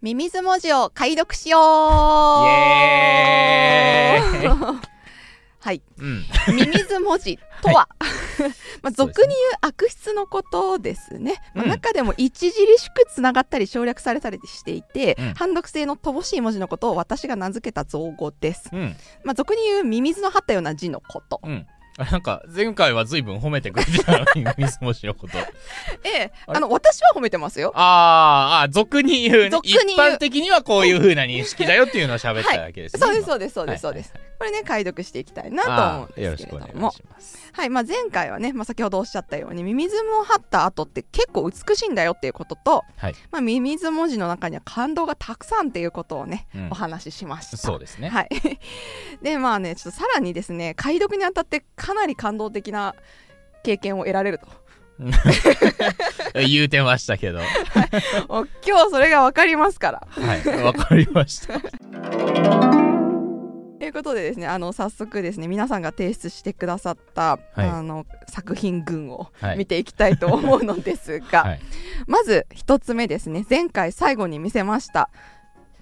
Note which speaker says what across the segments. Speaker 1: ミミズ文字を解読しよう
Speaker 2: イエー
Speaker 1: はい。
Speaker 2: うん。
Speaker 1: ミミズ文字とは、 まあ
Speaker 2: そう
Speaker 1: 俗
Speaker 2: で
Speaker 1: に
Speaker 2: すね
Speaker 1: 言う悪質のことですね。まあ
Speaker 2: うん
Speaker 1: 中でも著しくつながったり省略されたりしていて、
Speaker 2: うん
Speaker 1: 反読性の乏しい文字のことを私が名付けた造語です。
Speaker 2: うん。
Speaker 1: まあ俗に言うミミズの張ったような字のこと。
Speaker 2: うん。あなんか、前回は随分褒めてくれてたのに、ミスモシのこと。
Speaker 1: ええ、
Speaker 2: あれ
Speaker 1: あの私は褒めてますよ。
Speaker 2: あーあー、俗に言うね。
Speaker 1: 俗に言う
Speaker 2: 一般的にはこういう風な認識だよっていうのを喋ったわけですね。
Speaker 1: そうです
Speaker 2: 今
Speaker 1: そうですそうですそうです。。これね解読していきたいな
Speaker 2: はいはい
Speaker 1: と思うんですけれ
Speaker 2: あーよろしく
Speaker 1: ど
Speaker 2: お願
Speaker 1: も
Speaker 2: いし。ます。
Speaker 1: はい、まあ、前回はね、まあ、先ほどおっしゃったようにミミズを張った後って結構美しいんだよっていうことと、
Speaker 2: はい
Speaker 1: まあ、ミミズ文字の中には感動がたくさんっていうことをね、
Speaker 2: うん
Speaker 1: お話ししました。
Speaker 2: そうですね。
Speaker 1: はい でまあねちょっとさらにですね解読にあたってかなり感動的な経験を得ら れると
Speaker 2: 言うてましたけど。は
Speaker 1: もう今日それが分かりますから。
Speaker 2: い。わかりました。
Speaker 1: ということでですねあの早速ですね皆さんが提出してくださった、
Speaker 2: はい
Speaker 1: あの作品群を
Speaker 2: はい
Speaker 1: 見ていきたいと思うのですが、
Speaker 2: はい。
Speaker 1: まず一つ目ですね前回最後に見せました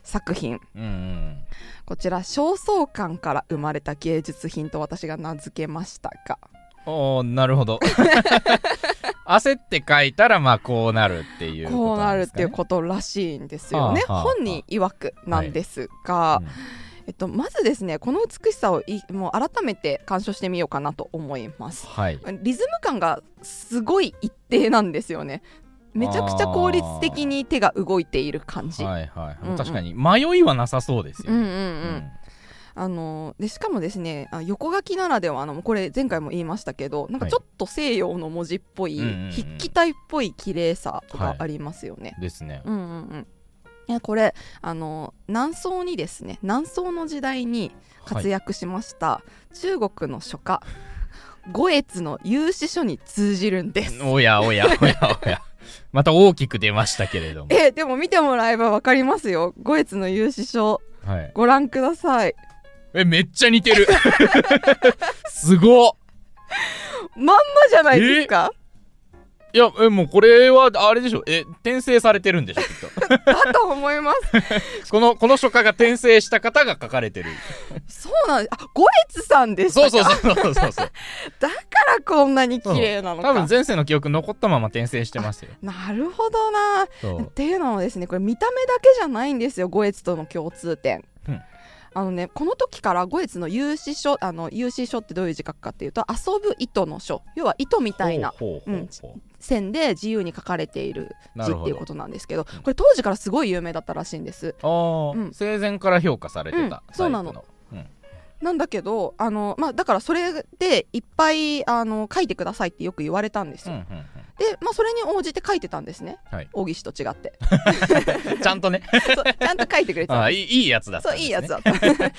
Speaker 1: 作品
Speaker 2: うんうん。
Speaker 1: こちら焦燥感から生まれた芸術品と私が名付けましたが
Speaker 2: おーなるほど 焦って書いたらまあこうなるっていう
Speaker 1: こ
Speaker 2: と
Speaker 1: うなんる
Speaker 2: で
Speaker 1: っ
Speaker 2: す
Speaker 1: てい
Speaker 2: かね
Speaker 1: うことらしいんですよね、
Speaker 2: はあはあ
Speaker 1: 本人曰くなんですが、
Speaker 2: うん
Speaker 1: えっと、まずですねこの美しさをいもう改めて鑑賞してみようかなと思います
Speaker 2: はい
Speaker 1: リズム感がすごい一定なんですよねめちゃくちゃ効率的に手が動いている感じ、
Speaker 2: はいはい、
Speaker 1: うんうん
Speaker 2: 確かに迷いはなさそうです
Speaker 1: う
Speaker 2: よ、
Speaker 1: んうんう
Speaker 2: ね
Speaker 1: ん、あのでしかもですねあ横書きならではあのこれ前回も言いましたけどなんか
Speaker 2: はい
Speaker 1: ちょっと西洋の文字っぽい、
Speaker 2: うんうんうん
Speaker 1: 筆記体っぽい綺麗さが
Speaker 2: はい
Speaker 1: ありますよね。
Speaker 2: ですね、
Speaker 1: うんうんうんいやこれあの南宋にですね南宋の時代に活
Speaker 2: はい
Speaker 1: 躍しました、中国の書家五越の有志書に通じるんです。
Speaker 2: おやおやおやおや また大きく出ましたけれども、
Speaker 1: えでも見てもらえば分かりますよ五越の有志書
Speaker 2: はい、
Speaker 1: ご覧ください
Speaker 2: えめっちゃ似てるすごっ
Speaker 1: まんまじゃないですか
Speaker 2: いやえもうこれはあれでしょえ転生されてるんでしょきっと
Speaker 1: だと思います
Speaker 2: このこの書家が転生した方が書かれてる
Speaker 1: そうなんあ、ゴエツさんでした
Speaker 2: そ
Speaker 1: か
Speaker 2: うそうそうそうそうそう
Speaker 1: だからこんな に綺麗なのか。
Speaker 2: 多分前世の記憶残ったまま転生してますよ
Speaker 1: なるほどな。っ
Speaker 2: そう
Speaker 1: ていうのもですね、これ見た目だけじゃないんですよ、ゴエツとの共通点。
Speaker 2: うん
Speaker 1: あのね、この時からゴエツの有志書あの有志書ってどういう字書くかっていうと遊ぶ糸の書要は糸みたいな
Speaker 2: ほうほうほうほ
Speaker 1: 線で自由に書かれている
Speaker 2: うな
Speaker 1: 字
Speaker 2: る
Speaker 1: っ
Speaker 2: ほ
Speaker 1: ていう
Speaker 2: ど
Speaker 1: ことなんですけどこれ当時からすごい有名だったらしいんです
Speaker 2: ああ、
Speaker 1: うん
Speaker 2: 生前から評価されてた、
Speaker 1: うんそうなの
Speaker 2: タイプ
Speaker 1: なんだけどあの、まあ、だからそれでいっぱいあの書いてくださいってよく言われたんです
Speaker 2: うん
Speaker 1: よ、
Speaker 2: うんうん
Speaker 1: で、まあ、それに応じて書いてたんですね、
Speaker 2: はい
Speaker 1: 大岸と違って
Speaker 2: うんちゃんとね
Speaker 1: そうちゃんと書いてくれて
Speaker 2: あ
Speaker 1: た
Speaker 2: あいいいいやつだった
Speaker 1: そう
Speaker 2: んで
Speaker 1: いい
Speaker 2: す、ね、
Speaker 1: やつだった いいや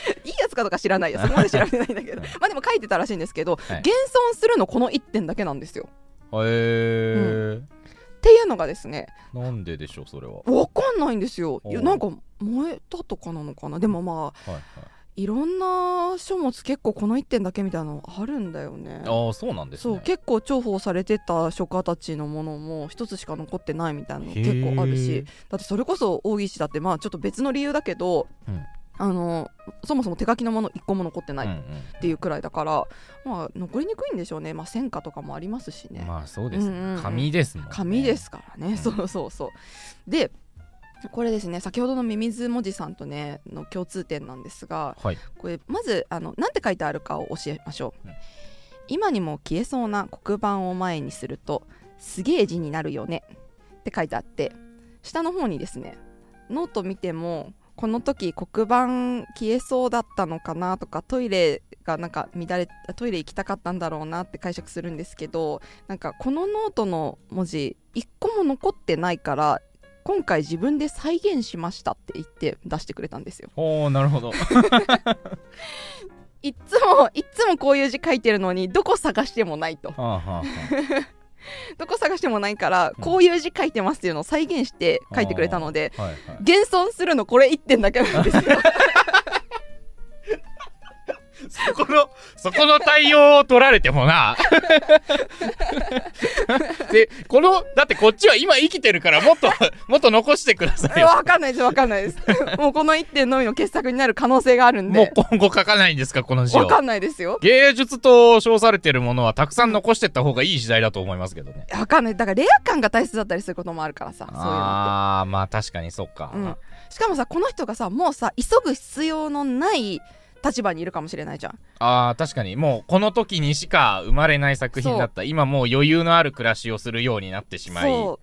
Speaker 1: つかとか知らないよそこ まで調べてないんだけど
Speaker 2: はい
Speaker 1: まあでも書いてたらしいんですけど、
Speaker 2: はい
Speaker 1: 現存するのこの1点だけなんですよ
Speaker 2: へえ、
Speaker 1: っていうのがですね
Speaker 2: なんででしょうそれは、は
Speaker 1: わかんないんですよいや
Speaker 2: おう
Speaker 1: なんか燃えたとかなのかなでもまあ
Speaker 2: いはい、
Speaker 1: いろんな書物結構この1点だけみたいなのあるんだよね
Speaker 2: ああそうなんです
Speaker 1: そ
Speaker 2: ね
Speaker 1: う結構重宝されてた書家たちのものも一つしか残ってないみたいなの
Speaker 2: へ
Speaker 1: 結
Speaker 2: ー
Speaker 1: 構あるしだってそれこそ大岸だってまあちょっと別の理由だけど、
Speaker 2: うん
Speaker 1: あのそもそも手書きのもの一個も残ってない
Speaker 2: うん
Speaker 1: っ
Speaker 2: うん
Speaker 1: ていうくらいだから、まあ残りにくいんでしょうね、まあ、戦火とかもありますしね、
Speaker 2: まあそうです、
Speaker 1: う
Speaker 2: ね
Speaker 1: んうんうん
Speaker 2: 紙ですもん、ね、
Speaker 1: 紙ですからね、
Speaker 2: ん
Speaker 1: そうそうそうでこれですね先ほどのミミズ文字さんとねの共通点なんですが、
Speaker 2: はい
Speaker 1: これまずあの何て書いてあるかを教えましょう、
Speaker 2: うん
Speaker 1: 今にも消えそうな黒板を前にするとすげえ字になるよねって書いてあって下の方にですねノート見てもこの時黒板消えそうだったのかなとかトイレがなんか乱れトイレ行きたかったんだろうなって解釈するんですけどなんかこのノートの文字一個も残ってないから今回自分で再現しましたって言って出してくれたんですよ
Speaker 2: おおなるほど
Speaker 1: いっつもいっつもこういう字書いてるのにどこ探してもない と
Speaker 2: はあ、はあは
Speaker 1: どこ探してもないから
Speaker 2: うん
Speaker 1: こういう字書いてますっていうのを再現して書いてくれたので
Speaker 2: あ、 はいはい
Speaker 1: 現存するのこれ1点だけなんですよ
Speaker 2: そこの、そこの対応を取られて もな。で、この、だってこっちは今生きてるから、もっと、 もっと残してください
Speaker 1: え
Speaker 2: よ。
Speaker 1: わかんないですわかんない ですもうこの一点のみの傑作になる可能性があるん
Speaker 2: もう
Speaker 1: で
Speaker 2: 今後書かないんですか、この字
Speaker 1: わ
Speaker 2: を。
Speaker 1: かんないですよ
Speaker 2: 芸術と称されてるものはたくさん残してった方がいい時代だと思いますけどね。
Speaker 1: わかんないだからレア感が大切だったりすることもあるからさそういうのって
Speaker 2: ああ、まあ確かにそっか。
Speaker 1: うんしかもさこの人がさもうさ急ぐ必要のない立場にいるかもしれないじゃん
Speaker 2: ああ、確かに。もうこの時にしか生まれない作品だった。今もう余裕のある暮らしをするようになってしまい。
Speaker 1: そ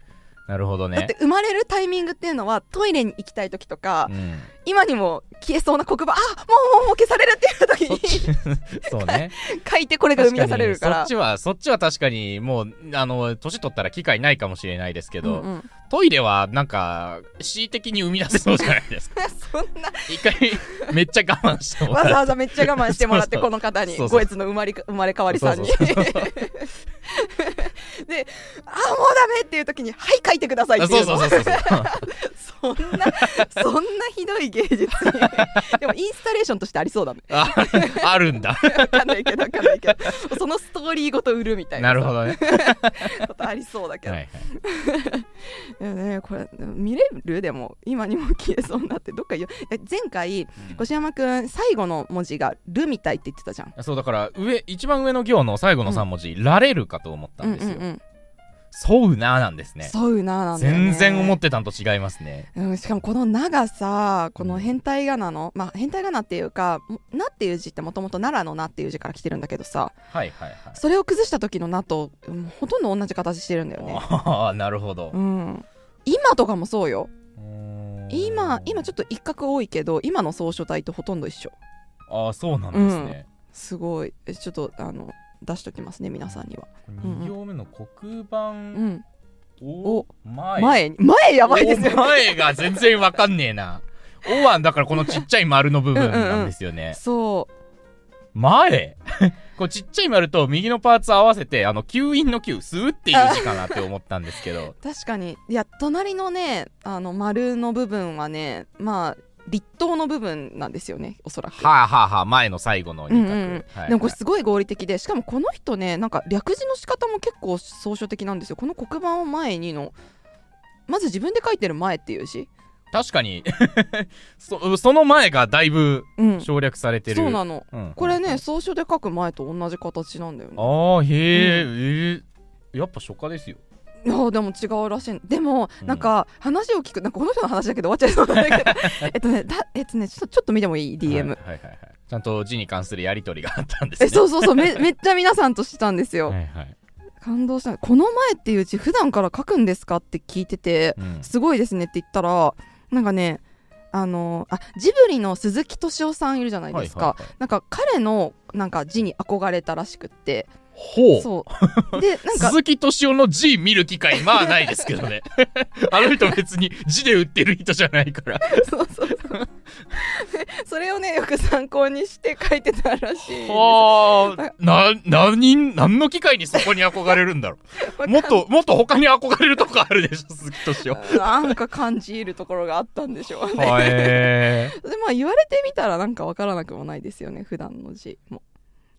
Speaker 2: なるほど
Speaker 1: うだっ
Speaker 2: ね
Speaker 1: て。生まれるタイミングっていうのはトイレに行きたい時とか、
Speaker 2: うん。
Speaker 1: 今にも消えそうな黒板あもうもうもう消されるっていう
Speaker 2: そっ
Speaker 1: 時に
Speaker 2: ち そうね。
Speaker 1: 書いてこれが生み出されるか
Speaker 2: そ
Speaker 1: ら
Speaker 2: っちは、そっちは確かに、もう、あの、年取ったら機会ないかもしれないですけど、
Speaker 1: うんうん
Speaker 2: トイレは、なんか、恣意的に生み出せそうじゃないですか。
Speaker 1: そんな
Speaker 2: 一回、めっちゃ我慢しても
Speaker 1: わ
Speaker 2: ら
Speaker 1: ざ
Speaker 2: う。
Speaker 1: わざめっちゃ我慢してもらって
Speaker 2: そうそ
Speaker 1: こ
Speaker 2: う
Speaker 1: の方に
Speaker 2: そうそう
Speaker 1: ごえつの生まれ生まれ変わりさんにで
Speaker 2: そうそう
Speaker 1: あもうダメっていう時にはい書いてくださいって
Speaker 2: そ
Speaker 1: いうう
Speaker 2: そ
Speaker 1: の
Speaker 2: うそうそうそう。
Speaker 1: そんなそんなひどい芸術にでもインスタレーションとしてありそうだね
Speaker 2: あ、 あるんだ。
Speaker 1: わかんないけどわかんないけどそのストーリーごと売るみたいな
Speaker 2: な
Speaker 1: さ
Speaker 2: るほどね。
Speaker 1: ことありそうだけ
Speaker 2: はい
Speaker 1: ど、
Speaker 2: はい。
Speaker 1: いやねこれ見れるでも今にも消えそうになってどっかよえ前回越山くん最後の文字が「る」みたいって言ってたじゃん
Speaker 2: そうだから上一番上の行の最後の3文字「られる」かと思ったんですよ。
Speaker 1: うんうん
Speaker 2: そうななんです
Speaker 1: うん、
Speaker 2: ね
Speaker 1: そうななんだよね
Speaker 2: 全然思ってたんと違いますね。
Speaker 1: うん、しかもこの「な」がさこの変態仮名の、まあ、変態仮名っていうか「な」っていう字ってもともと奈良の「な」っていう字から来てるんだけどさ
Speaker 2: はいはいはい。
Speaker 1: それを崩した時の「な」と、うんほとんど同じ形してるんだよね、
Speaker 2: ああなるほど
Speaker 1: う。ん、今とかもそうよ今今ちょ
Speaker 2: っ
Speaker 1: っと一角多いけど今の草書体とほとんど一緒
Speaker 2: とああそうなんですね。
Speaker 1: すごいえちょっとあの出しときますね皆さんには、ん
Speaker 2: 2行目の黒
Speaker 1: う
Speaker 2: 板
Speaker 1: ん、
Speaker 2: を
Speaker 1: お
Speaker 2: 前
Speaker 1: 前に前やばいです
Speaker 2: お
Speaker 1: よ
Speaker 2: 前が全然わかんねえな。おはだからこのちっちゃい丸の部分なんですよね。
Speaker 1: そ
Speaker 2: 前 こうちっちゃい丸と右のパーツ合わせてあの吸引の吸吸うっていう字かなって思ったんですけど
Speaker 1: う確かにいや隣のねあの丸の部分はねまあ立冬の部分なんですよねおそらく
Speaker 2: はあはあはあ前の最後の
Speaker 1: うん
Speaker 2: 二
Speaker 1: うん
Speaker 2: 択、
Speaker 1: うん
Speaker 2: はい
Speaker 1: でもこれすごい合理的でしかもこの人ねなんか略字の仕方も結構草書的なんですよこの黒板を前にのまず自分で書いてる前っていうし、
Speaker 2: 確かに そその前がだいぶ
Speaker 1: うん、そ
Speaker 2: 省略されてる、
Speaker 1: うなの
Speaker 2: うん
Speaker 1: これね草書で書く前と同じ形なんだよね
Speaker 2: ああへえ、えーやっぱ初夏ですよ
Speaker 1: いやでも違うらしいでも
Speaker 2: うん
Speaker 1: なんか話を聞くなんかこの人の話だけど終わっちゃいそうなん だけどえっとねだえっとねちょっとちょっと見てもいい DM、
Speaker 2: はいはいはいはいちゃんと字に関するやり取りがあったんですね
Speaker 1: えそうそうそうめめっちゃ皆さんとしてたんですよ、
Speaker 2: はいはい、
Speaker 1: 感動したこの前っていう字普段から書くんですかって聞いてて
Speaker 2: うん
Speaker 1: すごいですねって言ったらなんかねあのあジブリの鈴木敏夫さんいるじゃないですか、
Speaker 2: はいはいはい
Speaker 1: なんか彼のなんか字に憧れたらしくって
Speaker 2: ほう
Speaker 1: そうでなん か
Speaker 2: 鈴木敏夫の字見る機会まあないです けどねあの人別に字で売ってる人じゃないから
Speaker 1: そうそうそう それをねよく参考にして書いてたらしいです
Speaker 2: はあ、 な、何、何の機会にそこに憧れるんだろう。もっと、もっと他に憧れるとこあるでしょ、鈴木 敏夫。
Speaker 1: なんか感じるところがあったんでしょうね。
Speaker 2: はえ
Speaker 1: でまあ言われてみたらなんかわからなくもないですよね普段の字も。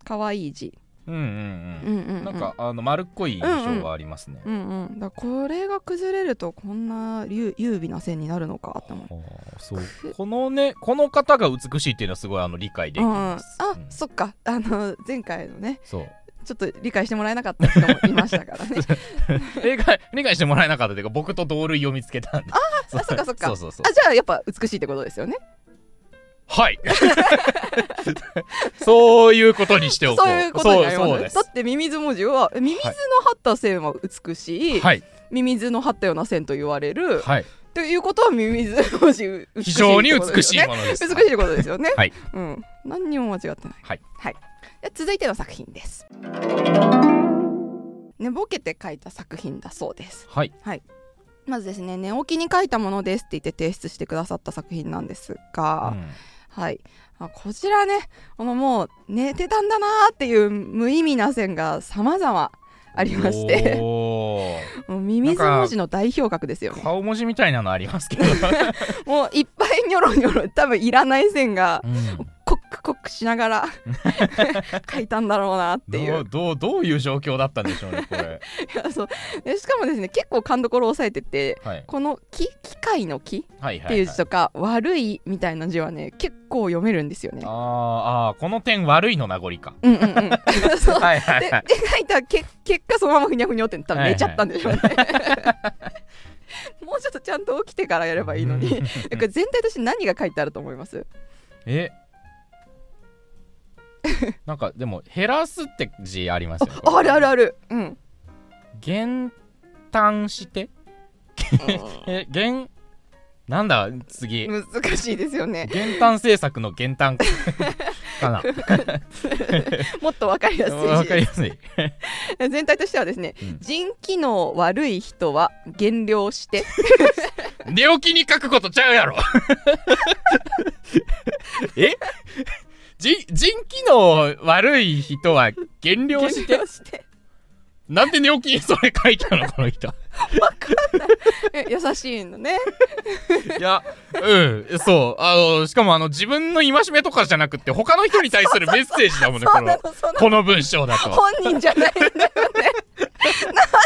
Speaker 1: 可愛い字。
Speaker 2: ー。うんう
Speaker 1: う
Speaker 2: んうん。
Speaker 1: うん、うんん、
Speaker 2: なんか、あの、丸っこい印象がありますね。
Speaker 1: うんうん、だからこれが崩れるとこんな優優美な線になるのかって思う。
Speaker 2: はあそうこのねこの方が美しいっていうのはすごいあの理解で
Speaker 1: う
Speaker 2: き
Speaker 1: んうん、
Speaker 2: ま
Speaker 1: あ
Speaker 2: す、、うん
Speaker 1: そっかあの前回のね
Speaker 2: そう
Speaker 1: ちょっと理解してもらえなかった人もいましたから ね
Speaker 2: 理解理解してもらえなかったというか僕と同類を見つけたんであ
Speaker 1: あそっかそっか
Speaker 2: そうそうそう
Speaker 1: あじゃあやっぱ美しいってことですよね
Speaker 2: はい そういうことにしておこう
Speaker 1: そういうことになり
Speaker 2: そう
Speaker 1: ます
Speaker 2: そう
Speaker 1: ね
Speaker 2: です
Speaker 1: だってミミズ文字はミミズの張った線は美しい、
Speaker 2: はい
Speaker 1: ミミズの張ったような線と言われる、
Speaker 2: はい
Speaker 1: ということはミミズ文字美しい
Speaker 2: 非
Speaker 1: ってこ
Speaker 2: 常
Speaker 1: と
Speaker 2: に美
Speaker 1: です
Speaker 2: しい
Speaker 1: よね
Speaker 2: ものです。。
Speaker 1: 美しいことですよね
Speaker 2: はい。
Speaker 1: うん。何にも間違ってない。
Speaker 2: はい。
Speaker 1: で続いての作品です。寝ぼけて書いた作品だそうです。
Speaker 2: はい。
Speaker 1: まずですね、寝起きに書いたものですって言って提出してくださった作品なんですが、
Speaker 2: うん
Speaker 1: はい。あこちらね、このもう寝てたんだなーっていう無意味な線が様々ありまして、
Speaker 2: お
Speaker 1: もうミミズ
Speaker 2: なんか
Speaker 1: 文字の代表格ですよ
Speaker 2: ー
Speaker 1: ね。
Speaker 2: 顔文字みたい なのありますけど。
Speaker 1: もういっぱいニョロニョロ多分いらない線が
Speaker 2: うん
Speaker 1: こ刻しなが ら書いたんだろうなっていう
Speaker 2: どうどうどういう状況だったんでしょうねこれ
Speaker 1: いやそうでしかもですね結構勘どころを抑えてて
Speaker 2: はい
Speaker 1: この木「機械の木」
Speaker 2: は
Speaker 1: っ
Speaker 2: いはい、は
Speaker 1: て
Speaker 2: い
Speaker 1: いう字とか「悪い」みたいな字はね結構読めるんですよね
Speaker 2: あー。あーこの点悪いの名 残か
Speaker 1: うんうんう ん、そう
Speaker 2: はいはい
Speaker 1: で
Speaker 2: はい
Speaker 1: で書いたけ結果そのままふにゃふにゃって多分寝ちゃったんでしょうね。 もうちょっとちゃんと起きてからやればいいのに
Speaker 2: うん
Speaker 1: これ全体として何が書いてあると思います
Speaker 2: え なんかでも「減らす」って字ありますよね
Speaker 1: あるあるあるうん
Speaker 2: 減単してえ減なんだ次
Speaker 1: 難しいですよね
Speaker 2: 減反政策の減反かな
Speaker 1: もっと分かりやすい
Speaker 2: わかりやすい
Speaker 1: 全体としてはですね、
Speaker 2: うん
Speaker 1: 人機能悪い人は減量して
Speaker 2: 寝起きに書くことちゃうやろえ人人機能悪い人は減量し
Speaker 1: 減
Speaker 2: て
Speaker 1: 量して
Speaker 2: なんで寝起きにそれ書いたのこの人
Speaker 1: え優しいのね
Speaker 2: いやうんそうあのしかもあの自分の戒めとかじゃなくて他の人に対するメッセージだもんね
Speaker 1: そ
Speaker 2: こ
Speaker 1: うな
Speaker 2: の
Speaker 1: のそうなの
Speaker 2: この文章だと
Speaker 1: 本人じゃないんだ よねなん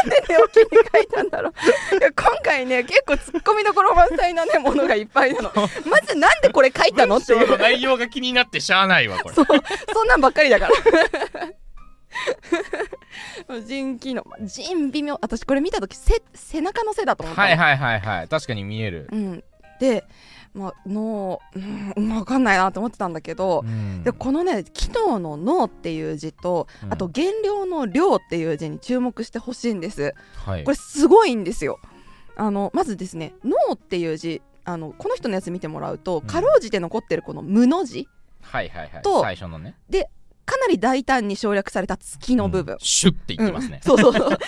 Speaker 1: で寝起きに書いたんだろういや今回ね結構ツッコミどころ満載なねものがいっぱいなのまずなんでこれ書いたの
Speaker 2: 文
Speaker 1: ってい
Speaker 2: 章
Speaker 1: う
Speaker 2: の内容が気になってしゃあないわこれ
Speaker 1: そうそんなんばっかりだから人機能人微妙私これ見た時背背中の背だと思ったの
Speaker 2: はいはいはいはい確かに見える、
Speaker 1: うん、で、まあ、脳、うん、分かんないなと思ってたんだけど、
Speaker 2: うん
Speaker 1: でこのね「機能の脳」っていう字と、
Speaker 2: うん
Speaker 1: あと「減量の量」っていう字に注目してほしいんです
Speaker 2: はい
Speaker 1: これすごいんですよあのまずですね「脳」っていう字あのこの人のやつ見てもらうと
Speaker 2: うん
Speaker 1: かろうじて残ってるこの「無」の字
Speaker 2: はいはいはい
Speaker 1: と
Speaker 2: 最初のね
Speaker 1: かなり大胆に省略された「月」の部分、
Speaker 2: うんシュッて言ってますね、
Speaker 1: そうそうそうで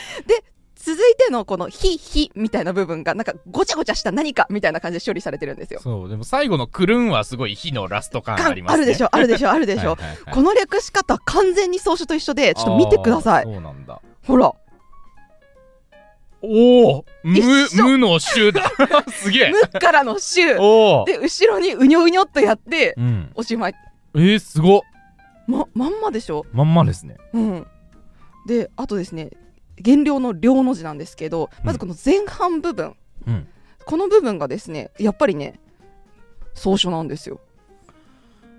Speaker 1: 続いてのこの「ひ」「ひ」みたいな部分がなんかごちゃごちゃした何かみたいな感じで処理されてるんですよ
Speaker 2: そうでも最後のくるんはすごい火のラスト感あります
Speaker 1: あ
Speaker 2: ね
Speaker 1: るでし
Speaker 2: ょ
Speaker 1: ょあるでしょ あるでしょ、この略し方完全に草書と一緒でちょっと見てください
Speaker 2: そうなんだ
Speaker 1: ほら
Speaker 2: おお無
Speaker 1: 一緒
Speaker 2: 無の衆だすげ
Speaker 1: 「
Speaker 2: え
Speaker 1: む」からの「しゅ」
Speaker 2: おお
Speaker 1: で後ろにうにょうにょっとやって
Speaker 2: うん
Speaker 1: おしまい
Speaker 2: えー、すごっ
Speaker 1: ままんまでしょ
Speaker 2: まんまですね
Speaker 1: うんであとですね減量の「量」の字なんですけどまずこの前半部分、
Speaker 2: うん
Speaker 1: この部分がですねやっぱりね草書なんですよ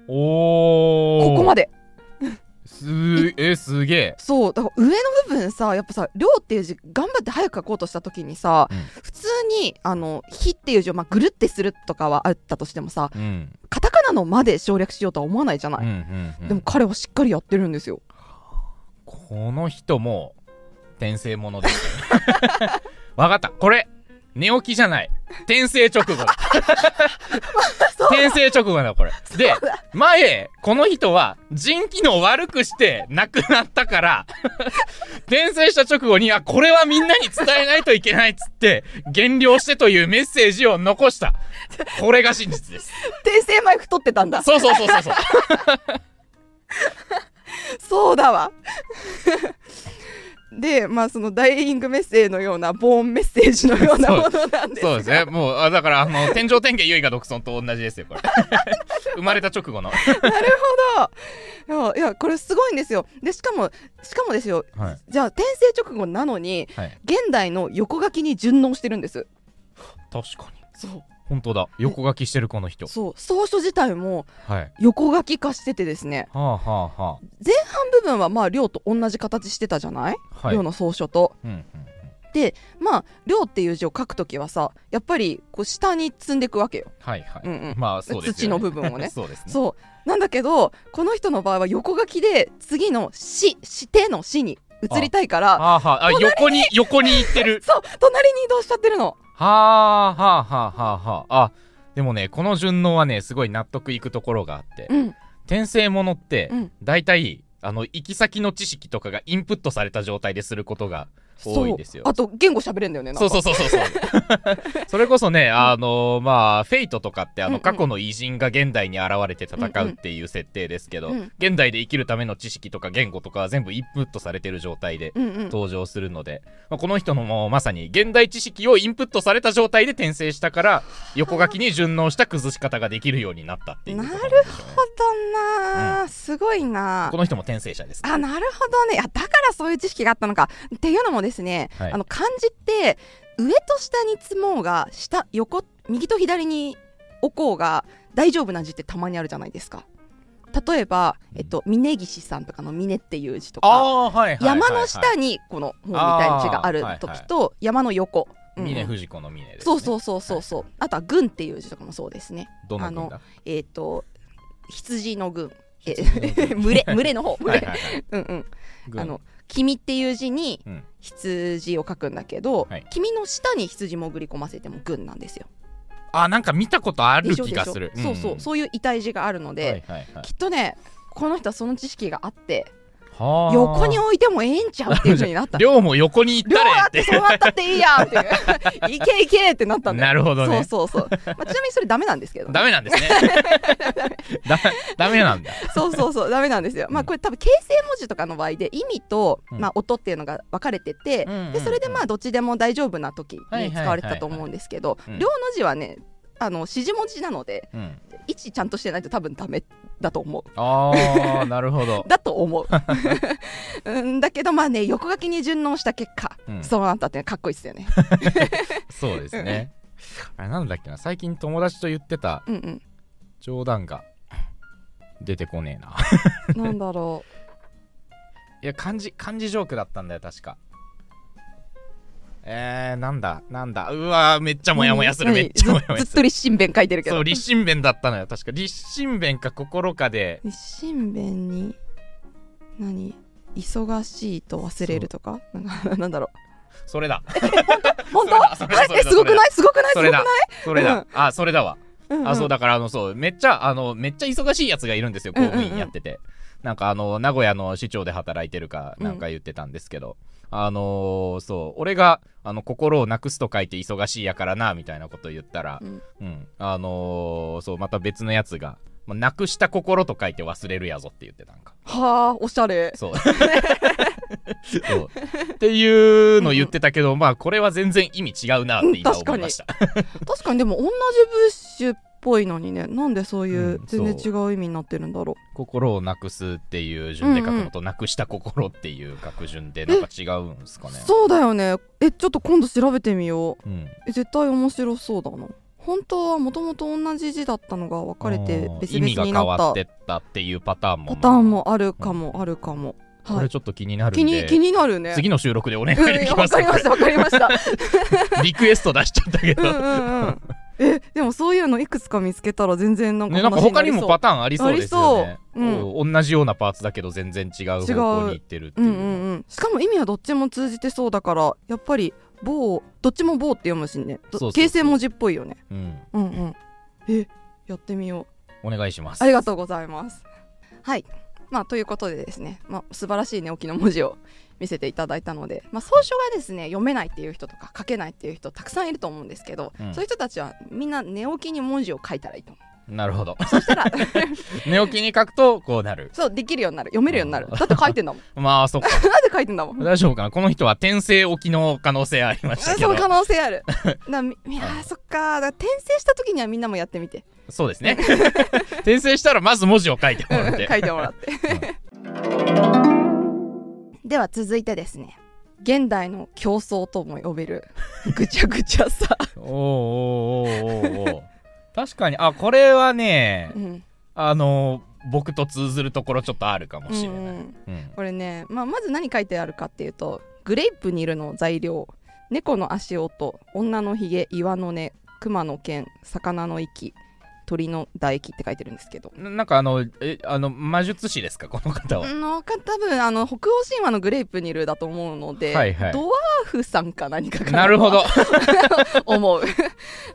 Speaker 2: おお
Speaker 1: ここま
Speaker 2: で
Speaker 1: です
Speaker 2: ーえー、すげえ
Speaker 1: そうだから上の部分さやっぱさ「量」っていう字頑張って早く書こうとした時にさ、
Speaker 2: うん
Speaker 1: 普通にあの「ひ」っていう字を、まあ、ぐるってするとかはあったとしてもさ
Speaker 2: うん
Speaker 1: カタカナの「ま」で省略しようとは思わないじゃ
Speaker 2: う
Speaker 1: なんい、
Speaker 2: うん、うん、
Speaker 1: でも彼はしっかりやってるんですよ
Speaker 2: この人も転生ものです わかったこれ寝起きじゃない転生直後 だ転生直後だこれで前この人は腎機能悪くして亡くなったから 転生した直後にあこれはみんなに伝えないといけないっつって減量してというメッセージを残したこれが真実です
Speaker 1: 転生前太ってたんだ
Speaker 2: そうそうそうそうそう
Speaker 1: そうだわ でまあそのダイイングメッセージのようなボーンメッセージのようなものなんです
Speaker 2: そう
Speaker 1: が
Speaker 2: ですね。もう、あだから、あの、天井天下唯が独尊と同じですよ、これ。 生まれた直後の。
Speaker 1: いやいやこれすごいんですよでしかもしかもですよ
Speaker 2: はい。
Speaker 1: じゃあ転生直後なのに
Speaker 2: はい。
Speaker 1: 現代の横書きに順応してるんです
Speaker 2: 確かに。
Speaker 1: そう
Speaker 2: 本当だ。横書きしてるこの人。
Speaker 1: そう草書自体も
Speaker 2: はい。
Speaker 1: 横書き化しててですね
Speaker 2: はあはあは
Speaker 1: 前半部分はまあ量と同じ形してたじゃない、
Speaker 2: あ。はい。
Speaker 1: 量
Speaker 2: うん
Speaker 1: の草書と
Speaker 2: うん
Speaker 1: でまあ量っていう字を書くときはさやっぱりこう下に積んでいくわけよ
Speaker 2: はいはい。
Speaker 1: うんうん
Speaker 2: まあ、そうですよ、ね。
Speaker 1: 土の部分をね
Speaker 2: そうですね。
Speaker 1: そうなんだけどこの人の場合は横書きで次の「し」「して」の「し」に移りたいから
Speaker 2: はあはあ。あ、横に、横に行って る。
Speaker 1: そう隣に移動しちゃってるの
Speaker 2: はあはあはあはあはあ。あ、でもね、この順応はね、すごい納得いくところがあって。
Speaker 1: うん
Speaker 2: 転生ものって
Speaker 1: うん
Speaker 2: 大体、あの行き先の知識とかがインプットされた状態ですることが多いですよ
Speaker 1: そうあと言語喋れんだよねなん
Speaker 2: そ
Speaker 1: か
Speaker 2: うそうそうそうそう それこそねあのまあフェイトとかってあ
Speaker 1: うんう
Speaker 2: の
Speaker 1: ん
Speaker 2: 過去の偉人が現代に現れて戦うっていう設定ですけど、
Speaker 1: うんうん
Speaker 2: 現代で生きるための知識とか言語とかは全部インプットされてる状態で
Speaker 1: うんうん
Speaker 2: 登場するので、まあ、この人のもうまさに現代知識をインプットされた状態で転生したから横書きに順応した崩し方ができるようになったっていうことなんでしょうね
Speaker 1: なるほどなあ、すごいなあ
Speaker 2: この人も転生者です
Speaker 1: あなるほどねあだからそういう知識があったのかっていうのもですね、
Speaker 2: はい
Speaker 1: あの漢字って上と下に積もうが下横右と左に置こうが大丈夫な字ってたまにあるじゃないですか例えば、えっと、峯岸さんとかの峰っていう字とか
Speaker 2: あーはいはいはい、はい、
Speaker 1: 山の下にこの方みたいな字がある時と山の横、うん
Speaker 2: 峰藤子の峰です、ね、
Speaker 1: そうそうそうそうそうあとは軍っていう字とかもそうですね
Speaker 2: どの軍だ
Speaker 1: えっ、と羊の軍 え
Speaker 2: 羊 の軍
Speaker 1: 群れ群れの方群れ、
Speaker 2: はいはいはい
Speaker 1: うんうん
Speaker 2: 軍
Speaker 1: あの君っていう字に
Speaker 2: うん
Speaker 1: 羊を書くんだけど、
Speaker 2: はい
Speaker 1: 君の下に羊潜り込ませても軍なんですよ。
Speaker 2: あなんか見たことあ
Speaker 1: で
Speaker 2: る
Speaker 1: しょで
Speaker 2: 気
Speaker 1: しょ
Speaker 2: がする、
Speaker 1: そうそう
Speaker 2: う
Speaker 1: そういう痛い字があるの
Speaker 2: ん
Speaker 1: で、
Speaker 2: はいはいはい
Speaker 1: きっとねこの人はその知識があって
Speaker 2: はあ
Speaker 1: 横に置いてもええんちゃうっていう風になった。
Speaker 2: 量も 横に行っ
Speaker 1: 両
Speaker 2: た
Speaker 1: 方
Speaker 2: れ
Speaker 1: あ
Speaker 2: っ
Speaker 1: って
Speaker 2: て
Speaker 1: そうなったっていいやんって いういけいけってなったんだよ
Speaker 2: なるほどね
Speaker 1: そうそうそう、まあ、ちなみにそれダメなんですけどね、
Speaker 2: ダメなんです ねダメダメなんだ
Speaker 1: そうそうそうダメなんですよ、まあこれ多分形成文字とかの場合で意味と、
Speaker 2: うん
Speaker 1: まあ、音っていうのが分かれてて、
Speaker 2: うんうんうん
Speaker 1: でそれでまあどっちでも大丈夫な時
Speaker 2: はいはい
Speaker 1: に
Speaker 2: はいはい
Speaker 1: 使われてたと思うんですけど、
Speaker 2: うん
Speaker 1: 両の字はねあの指示文字なので
Speaker 2: うん
Speaker 1: 位置ちゃんとしてないと多分ダメだと思
Speaker 2: あ あなるほど
Speaker 1: うだと 思ううんだけどまあね横書きに順応した結果、
Speaker 2: うん
Speaker 1: そうなったってかっこいいですよね
Speaker 2: そうですね。あれなんだっけな、最近友達と言ってた
Speaker 1: うんうん
Speaker 2: 冗談が出てこねえな。
Speaker 1: なんだろ
Speaker 2: いや、漢字、漢字ジョークだったんだよ、確か。えー、なんだ、なんだ、うわー、めっ ちゃ
Speaker 1: う
Speaker 2: モヤモヤする、
Speaker 1: 何
Speaker 2: めっちゃモヤモ
Speaker 1: ず
Speaker 2: ヤ
Speaker 1: ずっ
Speaker 2: す
Speaker 1: と
Speaker 2: る。
Speaker 1: 立身弁書いてるけ
Speaker 2: そ
Speaker 1: ど
Speaker 2: う、立身弁だったのよ、確か。立身弁か心かで、
Speaker 1: 日清弁に何忙しいと忘れるとかなんか なんだろ
Speaker 2: それだ。
Speaker 1: う本 当
Speaker 2: それだそれだ
Speaker 1: えすごくないすごくないす
Speaker 2: そ
Speaker 1: ごく
Speaker 2: れ
Speaker 1: ない
Speaker 2: だ、それだ。あ、それだわ。
Speaker 1: うんうん
Speaker 2: あ、そう、だから、あの、そう、めっちゃ、あの、めっちゃ忙しいやつがいるんですよ、公務員やってて。なんか、あの、名古屋の市長で働いてるか、なんか言ってたんですけど、あのーそう、俺が、あの、心をなくすと書いて忙しいやからな、みたいなこと言ったら
Speaker 1: う、ん
Speaker 2: うん、あのーそう、また別のやつが、まあなくした心と書いて忘れるやぞって言ってたんか。
Speaker 1: はあおしゃれ
Speaker 2: そう。そうっていうのを言ってたけど、まあ、これは全然意味違うなって今
Speaker 1: うん確か
Speaker 2: 思い
Speaker 1: に
Speaker 2: ました。
Speaker 1: 確かにでも同じブッシュっぽいのにねなんでそういう
Speaker 2: うん
Speaker 1: 全然違う意味になってるんだろ
Speaker 2: 心をなくすっていう順で書くのと、なくした心っていう書く順でなんか違うんです
Speaker 1: う
Speaker 2: かね
Speaker 1: そうだよねえちょっと今度調べてみよう
Speaker 2: う、ん、
Speaker 1: え絶対面白そうだな本当はもともと同じ字だったのが分かれて
Speaker 2: あー
Speaker 1: 別
Speaker 2: 意味
Speaker 1: 々に
Speaker 2: が変
Speaker 1: な
Speaker 2: わ
Speaker 1: っ
Speaker 2: って
Speaker 1: た
Speaker 2: ったっていうパターンも
Speaker 1: パターンもあるかもあるかも
Speaker 2: こ
Speaker 1: は
Speaker 2: れ
Speaker 1: い
Speaker 2: ちょっと気になる
Speaker 1: 気
Speaker 2: ん
Speaker 1: に
Speaker 2: で
Speaker 1: 気になるね
Speaker 2: 次の収録でお願い
Speaker 1: うん
Speaker 2: できま
Speaker 1: わ
Speaker 2: す
Speaker 1: かりましたわかりました
Speaker 2: これリクエスト出しちゃったけ
Speaker 1: うん
Speaker 2: ど、
Speaker 1: うんうんえでもそういうのいくつか見つけたら全然なんか
Speaker 2: ね、なんか
Speaker 1: 話に
Speaker 2: 他
Speaker 1: なり
Speaker 2: に
Speaker 1: そう
Speaker 2: もパターンありそうですよね
Speaker 1: あり、そううん
Speaker 2: こう同じようなパーツだけど全然違う方向にいってるって
Speaker 1: う
Speaker 2: い
Speaker 1: ん
Speaker 2: う,、
Speaker 1: うんうんしかも意味はどっちも通じてそうだからやっぱり棒どっちも棒って読むしねど
Speaker 2: そうそうそう
Speaker 1: 形成文字っぽいよね
Speaker 2: うん
Speaker 1: うんうんえやってみよう
Speaker 2: お願いします
Speaker 1: ありがとうございますはいまあということでですね、まあ、素晴らしい寝起きの文字を見せていただいたので、まあ、草書がですね読めないっていう人とか書けないっていう人たくさんいると思うんですけど、
Speaker 2: うん
Speaker 1: そういう人たちはみんな寝起きに文字を書いたらいいと思
Speaker 2: なるほど
Speaker 1: うそしたら
Speaker 2: 寝起きに書くとこうなる
Speaker 1: そうできるようになる読めるようになるだって書いて んだもん
Speaker 2: まあそっか
Speaker 1: だって書いてんだもん
Speaker 2: 大丈夫かなこの人は転生起きの可能性ありましたけ
Speaker 1: そ
Speaker 2: ど
Speaker 1: の可能性あるなみいやーそっかだから転生した時にはみんなもやってみて
Speaker 2: そうですね。 転生したらまず文字を書いてもらって。
Speaker 1: 書いてもら って、では続いてですね現代の競争とも呼べるぐちゃぐちゃさ、
Speaker 2: おうおうおうおうおう確かに、あ、これはね
Speaker 1: う、ん
Speaker 2: あのー、僕と通ずるところちょっとあるかも
Speaker 1: う
Speaker 2: し
Speaker 1: ん
Speaker 2: れない。うん
Speaker 1: これね、まあ、まず何書いてあるかっていうとグレープにいるの材料猫の足音女のひげ岩の根熊の剣魚の息鳥の唾液って書いてるんですけど
Speaker 2: ななんかあの、え、あの、魔術師ですか、この方は。
Speaker 1: のか多分あの北欧神話のグレープにいるだと思うので、
Speaker 2: はいはい
Speaker 1: ドワー フさんか何かか
Speaker 2: なるほど。
Speaker 1: 思う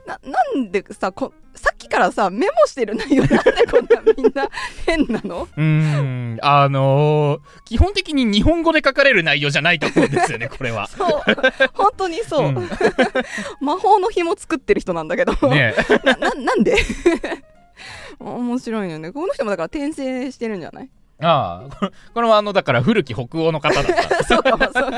Speaker 1: ななんでさこさっきからさメモしてる内容なんでこんなみんな変なの
Speaker 2: うーん、あのー基本的に日本語で書かれる内容じゃないと思うんですよね、これは。
Speaker 1: そう本当にそう、
Speaker 2: うん
Speaker 1: 魔法の紐作ってる人なんだけど、
Speaker 2: ねえ
Speaker 1: なななんで 面白いよねこの人もだから転生してるんじゃない
Speaker 2: ああ、これこれはあの、だから古き北欧の方だ った。
Speaker 1: そうかもそうかも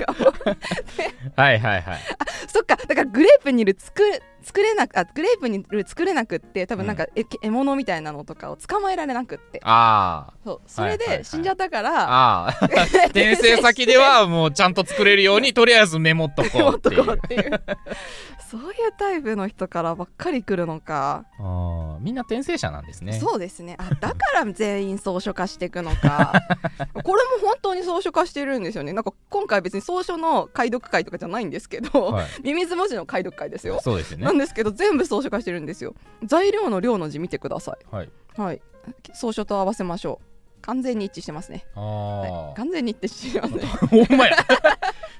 Speaker 2: はいはいはい。
Speaker 1: そっかだからグレープニル作る作れなくあグレープニル作れなくって多分なんか、え獲物みたいなのとかを捕まえられなくって
Speaker 2: あ
Speaker 1: そうそれ
Speaker 2: はいはいは
Speaker 1: で
Speaker 2: い
Speaker 1: 死んじゃったから、
Speaker 2: あ、あ あ。転生先ではもうちゃんと作れるように、とりあえずメモっと
Speaker 1: メモ
Speaker 2: こう
Speaker 1: っ
Speaker 2: って
Speaker 1: と
Speaker 2: い
Speaker 1: こ
Speaker 2: う。
Speaker 1: うっていう そういうタイプの人からばっかり来るのか、
Speaker 2: ああみんな転生者なんですね。
Speaker 1: そうですねあだから全員草書化していくのか これも本当に草書化してるんですよねなんか今回別に草書の解読会とかじゃないんですけど、
Speaker 2: はい
Speaker 1: ミミズ文字の解読会ですよ、
Speaker 2: そうですよね
Speaker 1: な。んですけど全部草書化してるんですよ材料の量の字見てくださ
Speaker 2: はい。
Speaker 1: いはい草書と合わせましょう完全に一致してますね、
Speaker 2: あ
Speaker 1: はい
Speaker 2: あ、。
Speaker 1: 完全に一致してますね
Speaker 2: ほんまや。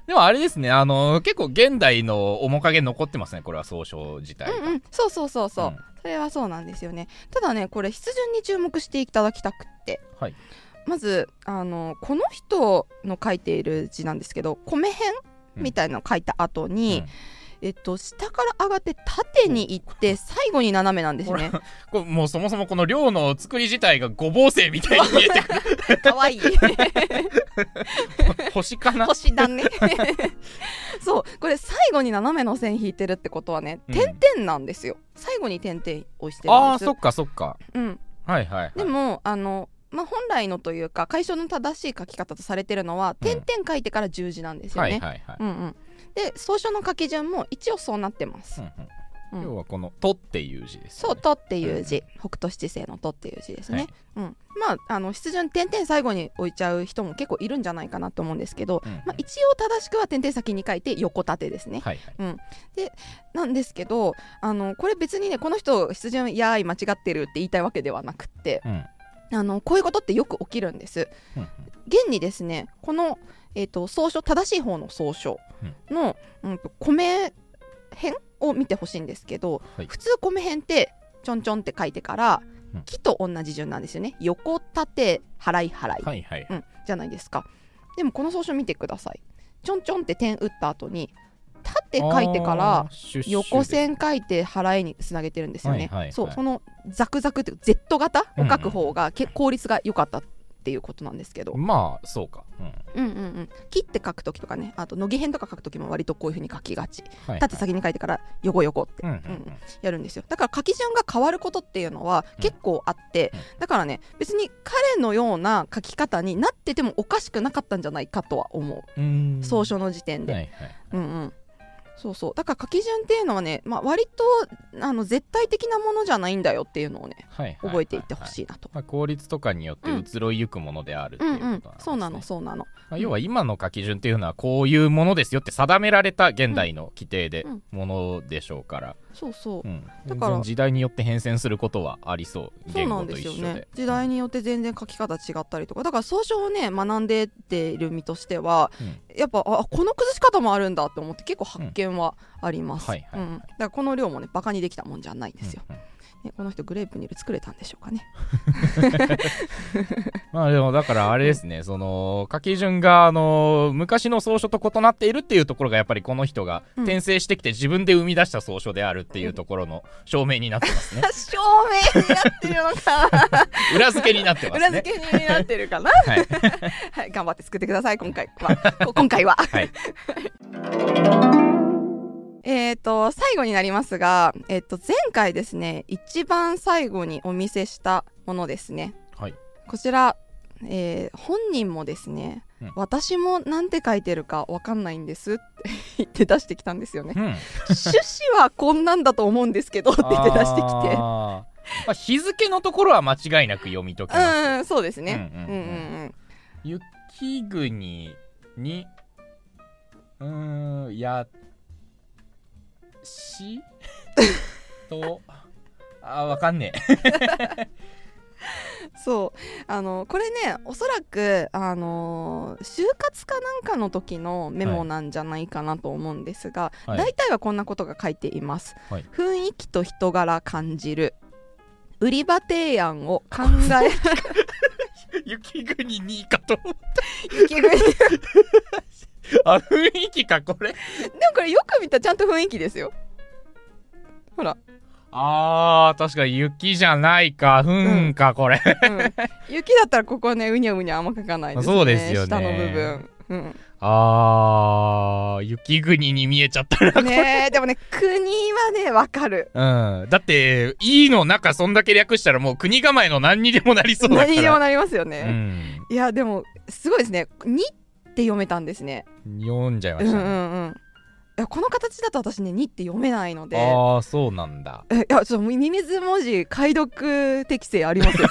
Speaker 2: でもあれですね、あの、結構現代の面影残ってますね、これは総称自体が。
Speaker 1: うんうんそうそうそうそう、
Speaker 2: ん
Speaker 1: それはそうなんですよねただねこれ筆順に注目していただきたくって
Speaker 2: はい。
Speaker 1: まずあのこの人の書いている字なんですけど米編
Speaker 2: うん
Speaker 1: みたいなのを書いた後
Speaker 2: う
Speaker 1: に
Speaker 2: ん、
Speaker 1: えっと、下から上がって縦に行って最後に斜めなんですね。
Speaker 2: これもうそもそもこの量の作り自体がごぼう星みたいに見えてくる
Speaker 1: かわいい
Speaker 2: 星かな
Speaker 1: 星だ ねそうこれ最後に斜めの線引いてるってことはね、
Speaker 2: うん
Speaker 1: 点々なんですよ最後に点々をしてるん
Speaker 2: あ
Speaker 1: で
Speaker 2: あ
Speaker 1: す
Speaker 2: そっかそっか
Speaker 1: うん、
Speaker 2: はいはい、はい、
Speaker 1: でも、あの、まあ、本来のというか解消の正しい書き方とされてるのは、
Speaker 2: うん
Speaker 1: 点々書いてから十字なんですよ
Speaker 2: はい
Speaker 1: ね。
Speaker 2: はいはい、
Speaker 1: うんうん、で草書の書き順も一応そうなってます。
Speaker 2: うんうん
Speaker 1: うん
Speaker 2: 要はこの「と」っていう字です、ね、
Speaker 1: そう「と」っていう字、北斗七星の「と」っていう字ですね。うん、まああの筆順点々最後に置いちゃう人も結構いるんじゃないかなと思うんですけど、
Speaker 2: うんうん
Speaker 1: まあ、一応正しくは点々先に書いて横縦ですね。
Speaker 2: はいはい
Speaker 1: なんですけどあのこれ別にねこの人筆順「やーい間違ってる」って言いたいわけではなくって
Speaker 2: うん
Speaker 1: あのこういうことってよく起きるんです。
Speaker 2: うん
Speaker 1: 現にですねこの、えー、と総書正しい方の総書の、うんと米編を見てほしいんですけど、
Speaker 2: はい
Speaker 1: 普通米編ってちょんちょんって書いてから
Speaker 2: うん
Speaker 1: 木と同じ順なんですよね横縦払い払い、
Speaker 2: はいはい
Speaker 1: うん、じゃないですかでもこの総書見てくださいちょんちょんって点打った後に縦書いてから
Speaker 2: あーシュッシュ
Speaker 1: 横線書いて払いにつなげてるんですよね、
Speaker 2: はいはいはい
Speaker 1: そうそのザクザクっていう Z 型を書く方がけ効率が良かったっていうことなんですけど、
Speaker 2: まあそうか、うん
Speaker 1: うんうんうん、切って書くときとかねあと乃木編とか書くときも割とこういうふうに書きがち
Speaker 2: はい
Speaker 1: 縦先に書いてから横横って
Speaker 2: うんうん
Speaker 1: やるんですよだから書き順が変わることっていうのは結構あって、
Speaker 2: うん
Speaker 1: だからね別に彼のような書き方になっててもおかしくなかったんじゃないかとは思
Speaker 2: うんう
Speaker 1: うん総書の時点で、
Speaker 2: はいはい
Speaker 1: うんうんそうそうだから書き順っていうのはね、まあ、割とあの絶対的なものじゃないんだよっていうのをね
Speaker 2: はいはい
Speaker 1: 覚えていってほしいなと。
Speaker 2: まあ、効率とかによって移ろいゆくものであるっていううんこ
Speaker 1: う
Speaker 2: となん
Speaker 1: ん
Speaker 2: です、ね
Speaker 1: そうなのそうなの
Speaker 2: まあ、要は今の書き順っていうのはこういうものですよって定められた現代の規定で
Speaker 1: うん
Speaker 2: ものでしょうから、
Speaker 1: そうそう
Speaker 2: う、ん
Speaker 1: だ
Speaker 2: 全
Speaker 1: から
Speaker 2: 然時代によって変遷することはありそう
Speaker 1: そう
Speaker 2: 言
Speaker 1: な
Speaker 2: 語
Speaker 1: ん
Speaker 2: と
Speaker 1: です
Speaker 2: 一
Speaker 1: よ
Speaker 2: 緒で
Speaker 1: ね時代によって全然書き方違ったりとかだから総称をね学んでっている身としては、やっぱあこの崩し方もあるんだって思って結構発見はあります、
Speaker 2: うんはいはいはい
Speaker 1: うんだからこの量もねバカにできたもんじゃないんですよ、
Speaker 2: うんうん
Speaker 1: ね、この人グレープニル作れたんでしょうかね
Speaker 2: まあでもだからあれで すねその書き順があの昔の草書と異なっているっていうところがやっぱりこの人が
Speaker 1: うん
Speaker 2: 転生してきて自分で生み出した草書であるっていうところの証明になってま すね
Speaker 1: 証明になってるの か
Speaker 2: 裏付けになってます
Speaker 1: 裏
Speaker 2: ね
Speaker 1: 付けになってるかな、
Speaker 2: はい
Speaker 1: はい、頑張って作ってください今回は こ今回は、
Speaker 2: はい
Speaker 1: えっと最後になりますが、えっと前回ですね一番最後にお見せしたものですね
Speaker 2: はい
Speaker 1: こちら、えー本人もですね、
Speaker 2: うん
Speaker 1: 私もなんて書いてるかわかんないんですって 言って出してきたんですよね
Speaker 2: うん
Speaker 1: 趣旨はこんなんだと思うんです けどって言って出してきて
Speaker 2: あーまあ、日付のところは間違いなく読み解けます、
Speaker 1: うんそうですね
Speaker 2: うん
Speaker 1: う
Speaker 2: うん
Speaker 1: う
Speaker 2: んうんん
Speaker 1: うん
Speaker 2: 雪国にうーんやし とあーわかんねえ
Speaker 1: そうあのこれねおそらくあの就活かなんかの時のメモなんじゃないかなと思うんですが、
Speaker 2: はい
Speaker 1: 大体はこんなことが書いています、
Speaker 2: はい
Speaker 1: 雰囲気と人柄感じる売り場提案を考える
Speaker 2: 雪国にかと 思っ
Speaker 1: 雪国 でも
Speaker 2: たあ雰囲気かこれ
Speaker 1: これよく見たらちゃんと雰囲気ですよほら、
Speaker 2: あー確かに雪じゃないかふんか、これ
Speaker 1: うん雪だったらここはねうにゃうにゃあんま描かないですね
Speaker 2: そうですよね
Speaker 1: 下の部分、 うん、
Speaker 2: あー雪国に見えちゃった
Speaker 1: ねえでもね国はねわかる
Speaker 2: なうんだって「い」の中そんだけ略したらもう国構えの何にでもなりそうだから
Speaker 1: 何にでもなりますよ
Speaker 2: う
Speaker 1: ね、
Speaker 2: ん
Speaker 1: いやでもすごいですね「に」って読めたんですね
Speaker 2: 読んじゃいま
Speaker 1: うんう
Speaker 2: した
Speaker 1: ん
Speaker 2: ね、
Speaker 1: うんいやこの形だと私ね「に」って読めないので
Speaker 2: ああそうなんだ
Speaker 1: えいやちょっとミミズ文字解読適性あり ますよ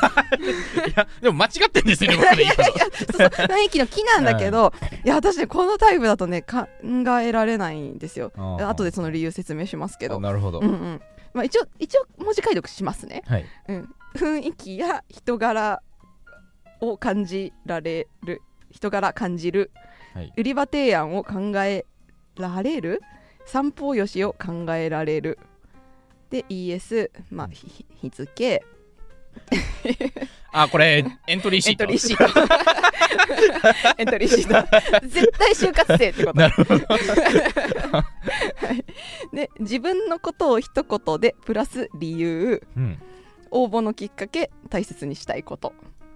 Speaker 2: いやでも間違ってんですよね 僕ね今の
Speaker 1: そうそう雰囲気の木なんだけど、いや私ねこのタイプだとね考えられないんですよ
Speaker 2: あー
Speaker 1: 後でその理由説明しますけ
Speaker 2: あ
Speaker 1: ど
Speaker 2: なるほど、
Speaker 1: うんうんまあ、一応一応文字解読しますね、
Speaker 2: はい
Speaker 1: うん、雰囲気や人柄を感じられる人柄感じる、
Speaker 2: はい
Speaker 1: 売り場提案を考えられる三方よしを考えられるで ES、まあ、
Speaker 2: うん
Speaker 1: ひ日付
Speaker 2: あこれエントリーシ
Speaker 1: エ
Speaker 2: ー
Speaker 1: ン
Speaker 2: ト
Speaker 1: トリーシー トエントリーシート絶対就活生ってこと
Speaker 2: なるほど
Speaker 1: で自分のことを一言でプラス理由
Speaker 2: うん
Speaker 1: 応募のきっかけ大切にしたいこと、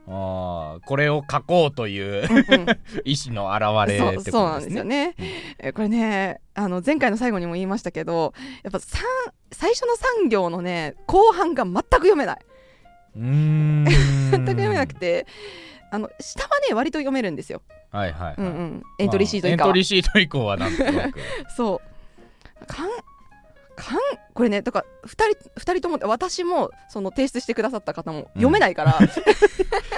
Speaker 2: あーこれを書こうという
Speaker 1: うんうん
Speaker 2: 意思の表れって
Speaker 1: そうそう
Speaker 2: こ
Speaker 1: なん
Speaker 2: とで
Speaker 1: ですすよ
Speaker 2: ね
Speaker 1: ね、えこれねあの前回の最後にも言いましたけどやっぱ三最初の3行のね後半が全く読めないう
Speaker 2: ーん
Speaker 1: 全く読めなくてあの下はね割と読めるんですよ、
Speaker 2: はいはいはい、
Speaker 1: うんうん、エントリーシート以
Speaker 2: ま
Speaker 1: 下
Speaker 2: あエント
Speaker 1: は、
Speaker 2: リーシート以降はなんとなく
Speaker 1: そうかんかんこれねだから2人二人とも私もその提出してくださった方も読めない から、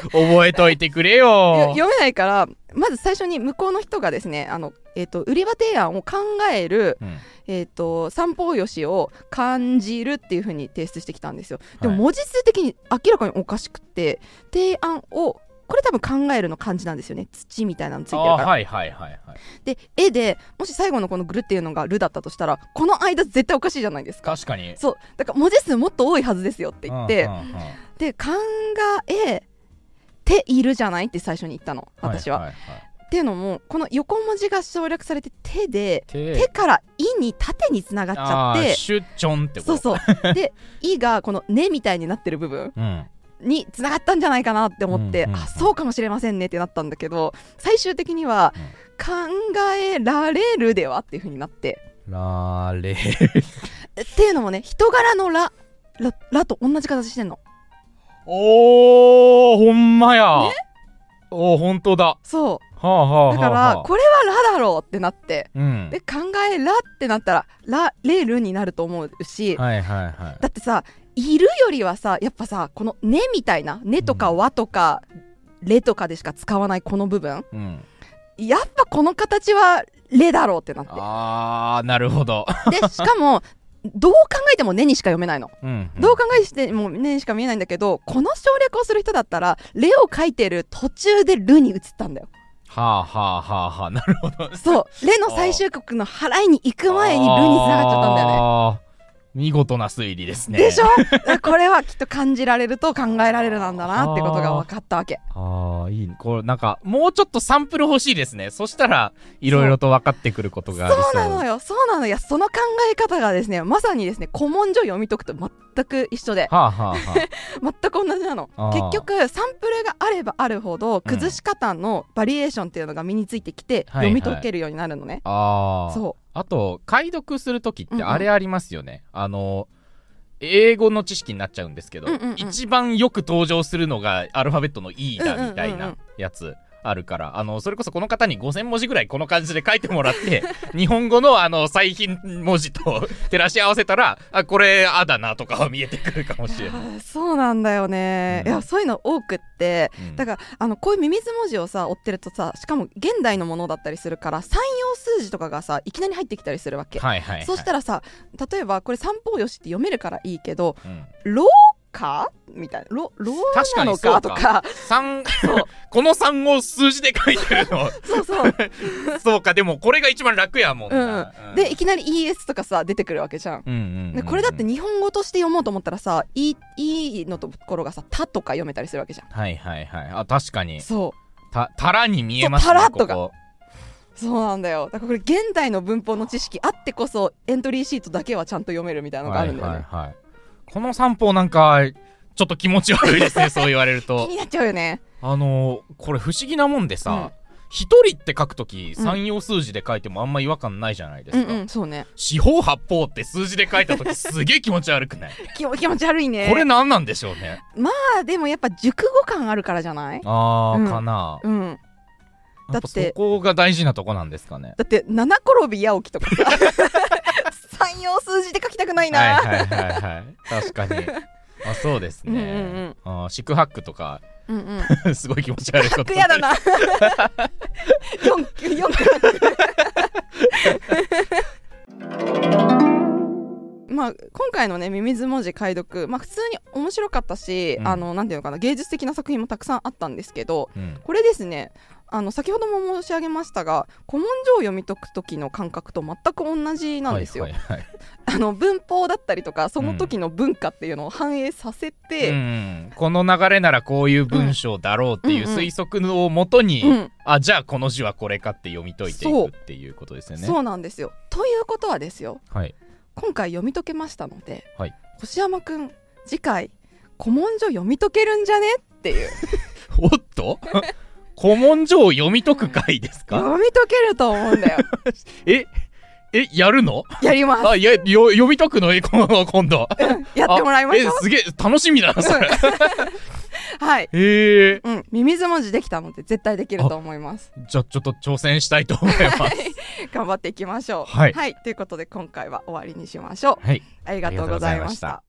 Speaker 2: 覚えといてくれ
Speaker 1: よ
Speaker 2: よ
Speaker 1: 読めないからまず最初に向こうの人がですねあの、えー、と売り場提案を考える、
Speaker 2: うん
Speaker 1: えー、と三方よしを感じるっていう風に提出してきたんですよでも
Speaker 2: はい
Speaker 1: 文字数的に明らかにおかしくて提案をこれ多分考えるの漢字なんですよね土みたいなのついてる
Speaker 2: あ
Speaker 1: か
Speaker 2: ー
Speaker 1: ら、
Speaker 2: はいはいはいはい
Speaker 1: で絵でもし最後のこの「ぐる」っていうのが「る」だったとしたらこの間絶対おかしいじゃないですか
Speaker 2: 確かに
Speaker 1: そうだから文字数もっと多いはずですよって言って、
Speaker 2: うんうんうん
Speaker 1: で考えているじゃないって最初に言ったの私は、
Speaker 2: いいい
Speaker 1: っていうのもこの横文字が省略されて手で
Speaker 2: 手
Speaker 1: 手から「い」に縦につながっちゃっ
Speaker 2: あー
Speaker 1: て
Speaker 2: シュッチョンってこ
Speaker 1: そ
Speaker 2: と
Speaker 1: う そうで「い」がこの「ね」みたいになってる部分
Speaker 2: うん
Speaker 1: につながったんじゃないかなって思って、
Speaker 2: うんうんうん
Speaker 1: あそうかもしれませんねってなったんだけど最終的には
Speaker 2: うん
Speaker 1: 「考えられる」ではっていう風になって
Speaker 2: ラーレ
Speaker 1: っていうのもね人柄のら「ら」らと同じ形してんの
Speaker 2: おーほんまや、おおほんとだは
Speaker 1: そ
Speaker 2: あはあは
Speaker 1: う
Speaker 2: あ
Speaker 1: だか
Speaker 2: は
Speaker 1: ら
Speaker 2: あ
Speaker 1: これは「ら」だろうってなって
Speaker 2: うん
Speaker 1: で「考えら」ってなったら「られる」になると思うし、
Speaker 2: はいはいはい
Speaker 1: だってさいるよりはさやっぱさこの「ね」みたいな「ね」とか「わ」とか「れ」とかでしか使わないこの部分
Speaker 2: うん、
Speaker 1: やっぱこの形は「れ」だろうってなっ
Speaker 2: あーなるほど、
Speaker 1: てでしかもどう考えても「ね」にしか読めないの、
Speaker 2: うん
Speaker 1: どう考えても「ね」にしか見えないんだけどこの省略をする人だったら「れ」を書いてる途中で「る」に移ったん だよ
Speaker 2: はあはあはあはあなるほど
Speaker 1: そう「れ」の最終国の払いに行く前に「る」に繋がっちゃったんだよね
Speaker 2: よね見事な推理ですね
Speaker 1: でしょ これはきっと感じられると考えられるなんだなってことが分かったわけ
Speaker 2: ああいいねこれなんかもうちょっとサンプル欲しいですねそしたらいろいろと分かってくることがありそう
Speaker 1: そうなのよそうなのよその考え方がですねまさにですね古文書読み解くと全く一緒で
Speaker 2: はあはあは
Speaker 1: 全く同じなの
Speaker 2: あー
Speaker 1: 結局サンプルがあればあるほど崩し方のバリエーションっていうのが身についてきて
Speaker 2: はいは
Speaker 1: 読
Speaker 2: い
Speaker 1: み解けるようになるのね、
Speaker 2: ああー
Speaker 1: そ
Speaker 2: あと解読する時っ
Speaker 1: うん
Speaker 2: て
Speaker 1: うん
Speaker 2: あれありますよね、あの英語の知識になっちゃうんですけど、
Speaker 1: うんうんうん
Speaker 2: 一番よく登場するのがアルファベットの E
Speaker 1: うんうんうん
Speaker 2: だ
Speaker 1: うん
Speaker 2: みたいなやつあるから、あのそれこそこの方に5,000文字ぐらいこの感じで書いてもらって 日本語のあの最貧文字と 照らし合わせたらあこれ「あ」だなとかは見えてくるかもし
Speaker 1: うい
Speaker 2: れ
Speaker 1: や
Speaker 2: ない。
Speaker 1: ーそうなんだよね、
Speaker 2: うん
Speaker 1: いやそういうの多くって
Speaker 2: うん
Speaker 1: だからあのこういうミミズ文字をさ追ってるとさしかも現代のものだったりするから三用数字とかがさいきなり入ってきたりするわけ、
Speaker 2: はいはいはい、
Speaker 1: そうしたらさ例えばこれ三方よしって読めるからいいけど
Speaker 2: うん
Speaker 1: 老かみたいなロロ
Speaker 2: 確
Speaker 1: ーな
Speaker 2: か
Speaker 1: の
Speaker 2: にそ
Speaker 1: か
Speaker 2: うか
Speaker 1: とか
Speaker 2: 三この3を数字で書いてるの
Speaker 1: そうそう
Speaker 2: そうかでもこれが一番楽やもんな、
Speaker 1: うんでいきなり ES とかさ出てくるわけじゃん
Speaker 2: うんうんうんう
Speaker 1: で
Speaker 2: ん
Speaker 1: これだって日本語として読もうと思ったらさ「い」いのところがさ「た」とか読めたりするわけじゃん
Speaker 2: はいはいはいあ確かに
Speaker 1: そ
Speaker 2: たたらに見えます
Speaker 1: そうたら
Speaker 2: こと
Speaker 1: か
Speaker 2: こ
Speaker 1: うそうなんだよだからこれ現代の文法の知識あってこそエントリーシートだけはちゃんと読めるみたいなのがあ
Speaker 2: はい
Speaker 1: るんだよね、
Speaker 2: はいはいこの散歩なんかちょっと気持ち悪いで すねそう言われる
Speaker 1: 気
Speaker 2: と
Speaker 1: になっちゃうよね
Speaker 2: あのーこれ不思議なもんでさ一、人って書くとき三要数字で書いてもあんま違和感ないじゃないで
Speaker 1: うん
Speaker 2: すか、
Speaker 1: うんそうね
Speaker 2: 四方八方って数字で書いたとき すげえ気持ち悪くない
Speaker 1: 気気持ち悪いね
Speaker 2: これ何なんでしょうね
Speaker 1: まあでもやっぱ熟語感あるからじゃない
Speaker 2: あー、
Speaker 1: うん
Speaker 2: かな
Speaker 1: うん
Speaker 2: やっ
Speaker 1: だ
Speaker 2: ぱ
Speaker 1: っ
Speaker 2: そ
Speaker 1: て
Speaker 2: こが大事なとこなんですかね
Speaker 1: だって七転び八起きとかさ 三要数字で書きたくないな、
Speaker 2: はいはいはいはい確か にあそうですね、
Speaker 1: うんうん
Speaker 2: あー四苦八苦とか
Speaker 1: うんうん
Speaker 2: すごい気持ち悪いこと
Speaker 1: くや だな四四区まあ今回のね「ミミズ文字解読」まあ、普通に面白かったし、
Speaker 2: うん
Speaker 1: あのなんていうのかな芸術的な作品もたくさんあったんですけど
Speaker 2: うん
Speaker 1: これですねあの先ほども申し上げましたが古文書を読み解く時の感覚と全く同じなんですよ。
Speaker 2: はいはいはい
Speaker 1: あの文法だったりとかその時の文化っていうのを反映させ
Speaker 2: う
Speaker 1: て、
Speaker 2: んこの流れならこういう文章だろうっていう
Speaker 1: うんうん
Speaker 2: 推測をもとに、
Speaker 1: うん
Speaker 2: あじゃあこの字はこれかって読み解いてい
Speaker 1: そう
Speaker 2: くっていうことですよね。
Speaker 1: そうなんですよ。ということはですよ
Speaker 2: はい、
Speaker 1: 今回読み解けましたので、
Speaker 2: はい
Speaker 1: 越山くん次回古文書読み解けるんじゃねっていう
Speaker 2: おっと 古文書を読み解く回ですか
Speaker 1: 読み解けると思うんだ よ
Speaker 2: ええやるの
Speaker 1: やります
Speaker 2: あいやよ読み解くの えこの今度。
Speaker 1: やってもらいましょう
Speaker 2: あえすげえ楽しみだなそれ。
Speaker 1: はい
Speaker 2: へえ
Speaker 1: うん、ミミズ文字できたので絶対できると思います
Speaker 2: じゃあちょっと挑戦したいと思います。
Speaker 1: 頑張っていきましょう
Speaker 2: はい
Speaker 1: ということで今回は終わりにしましょう
Speaker 2: はい
Speaker 1: ありがとうございました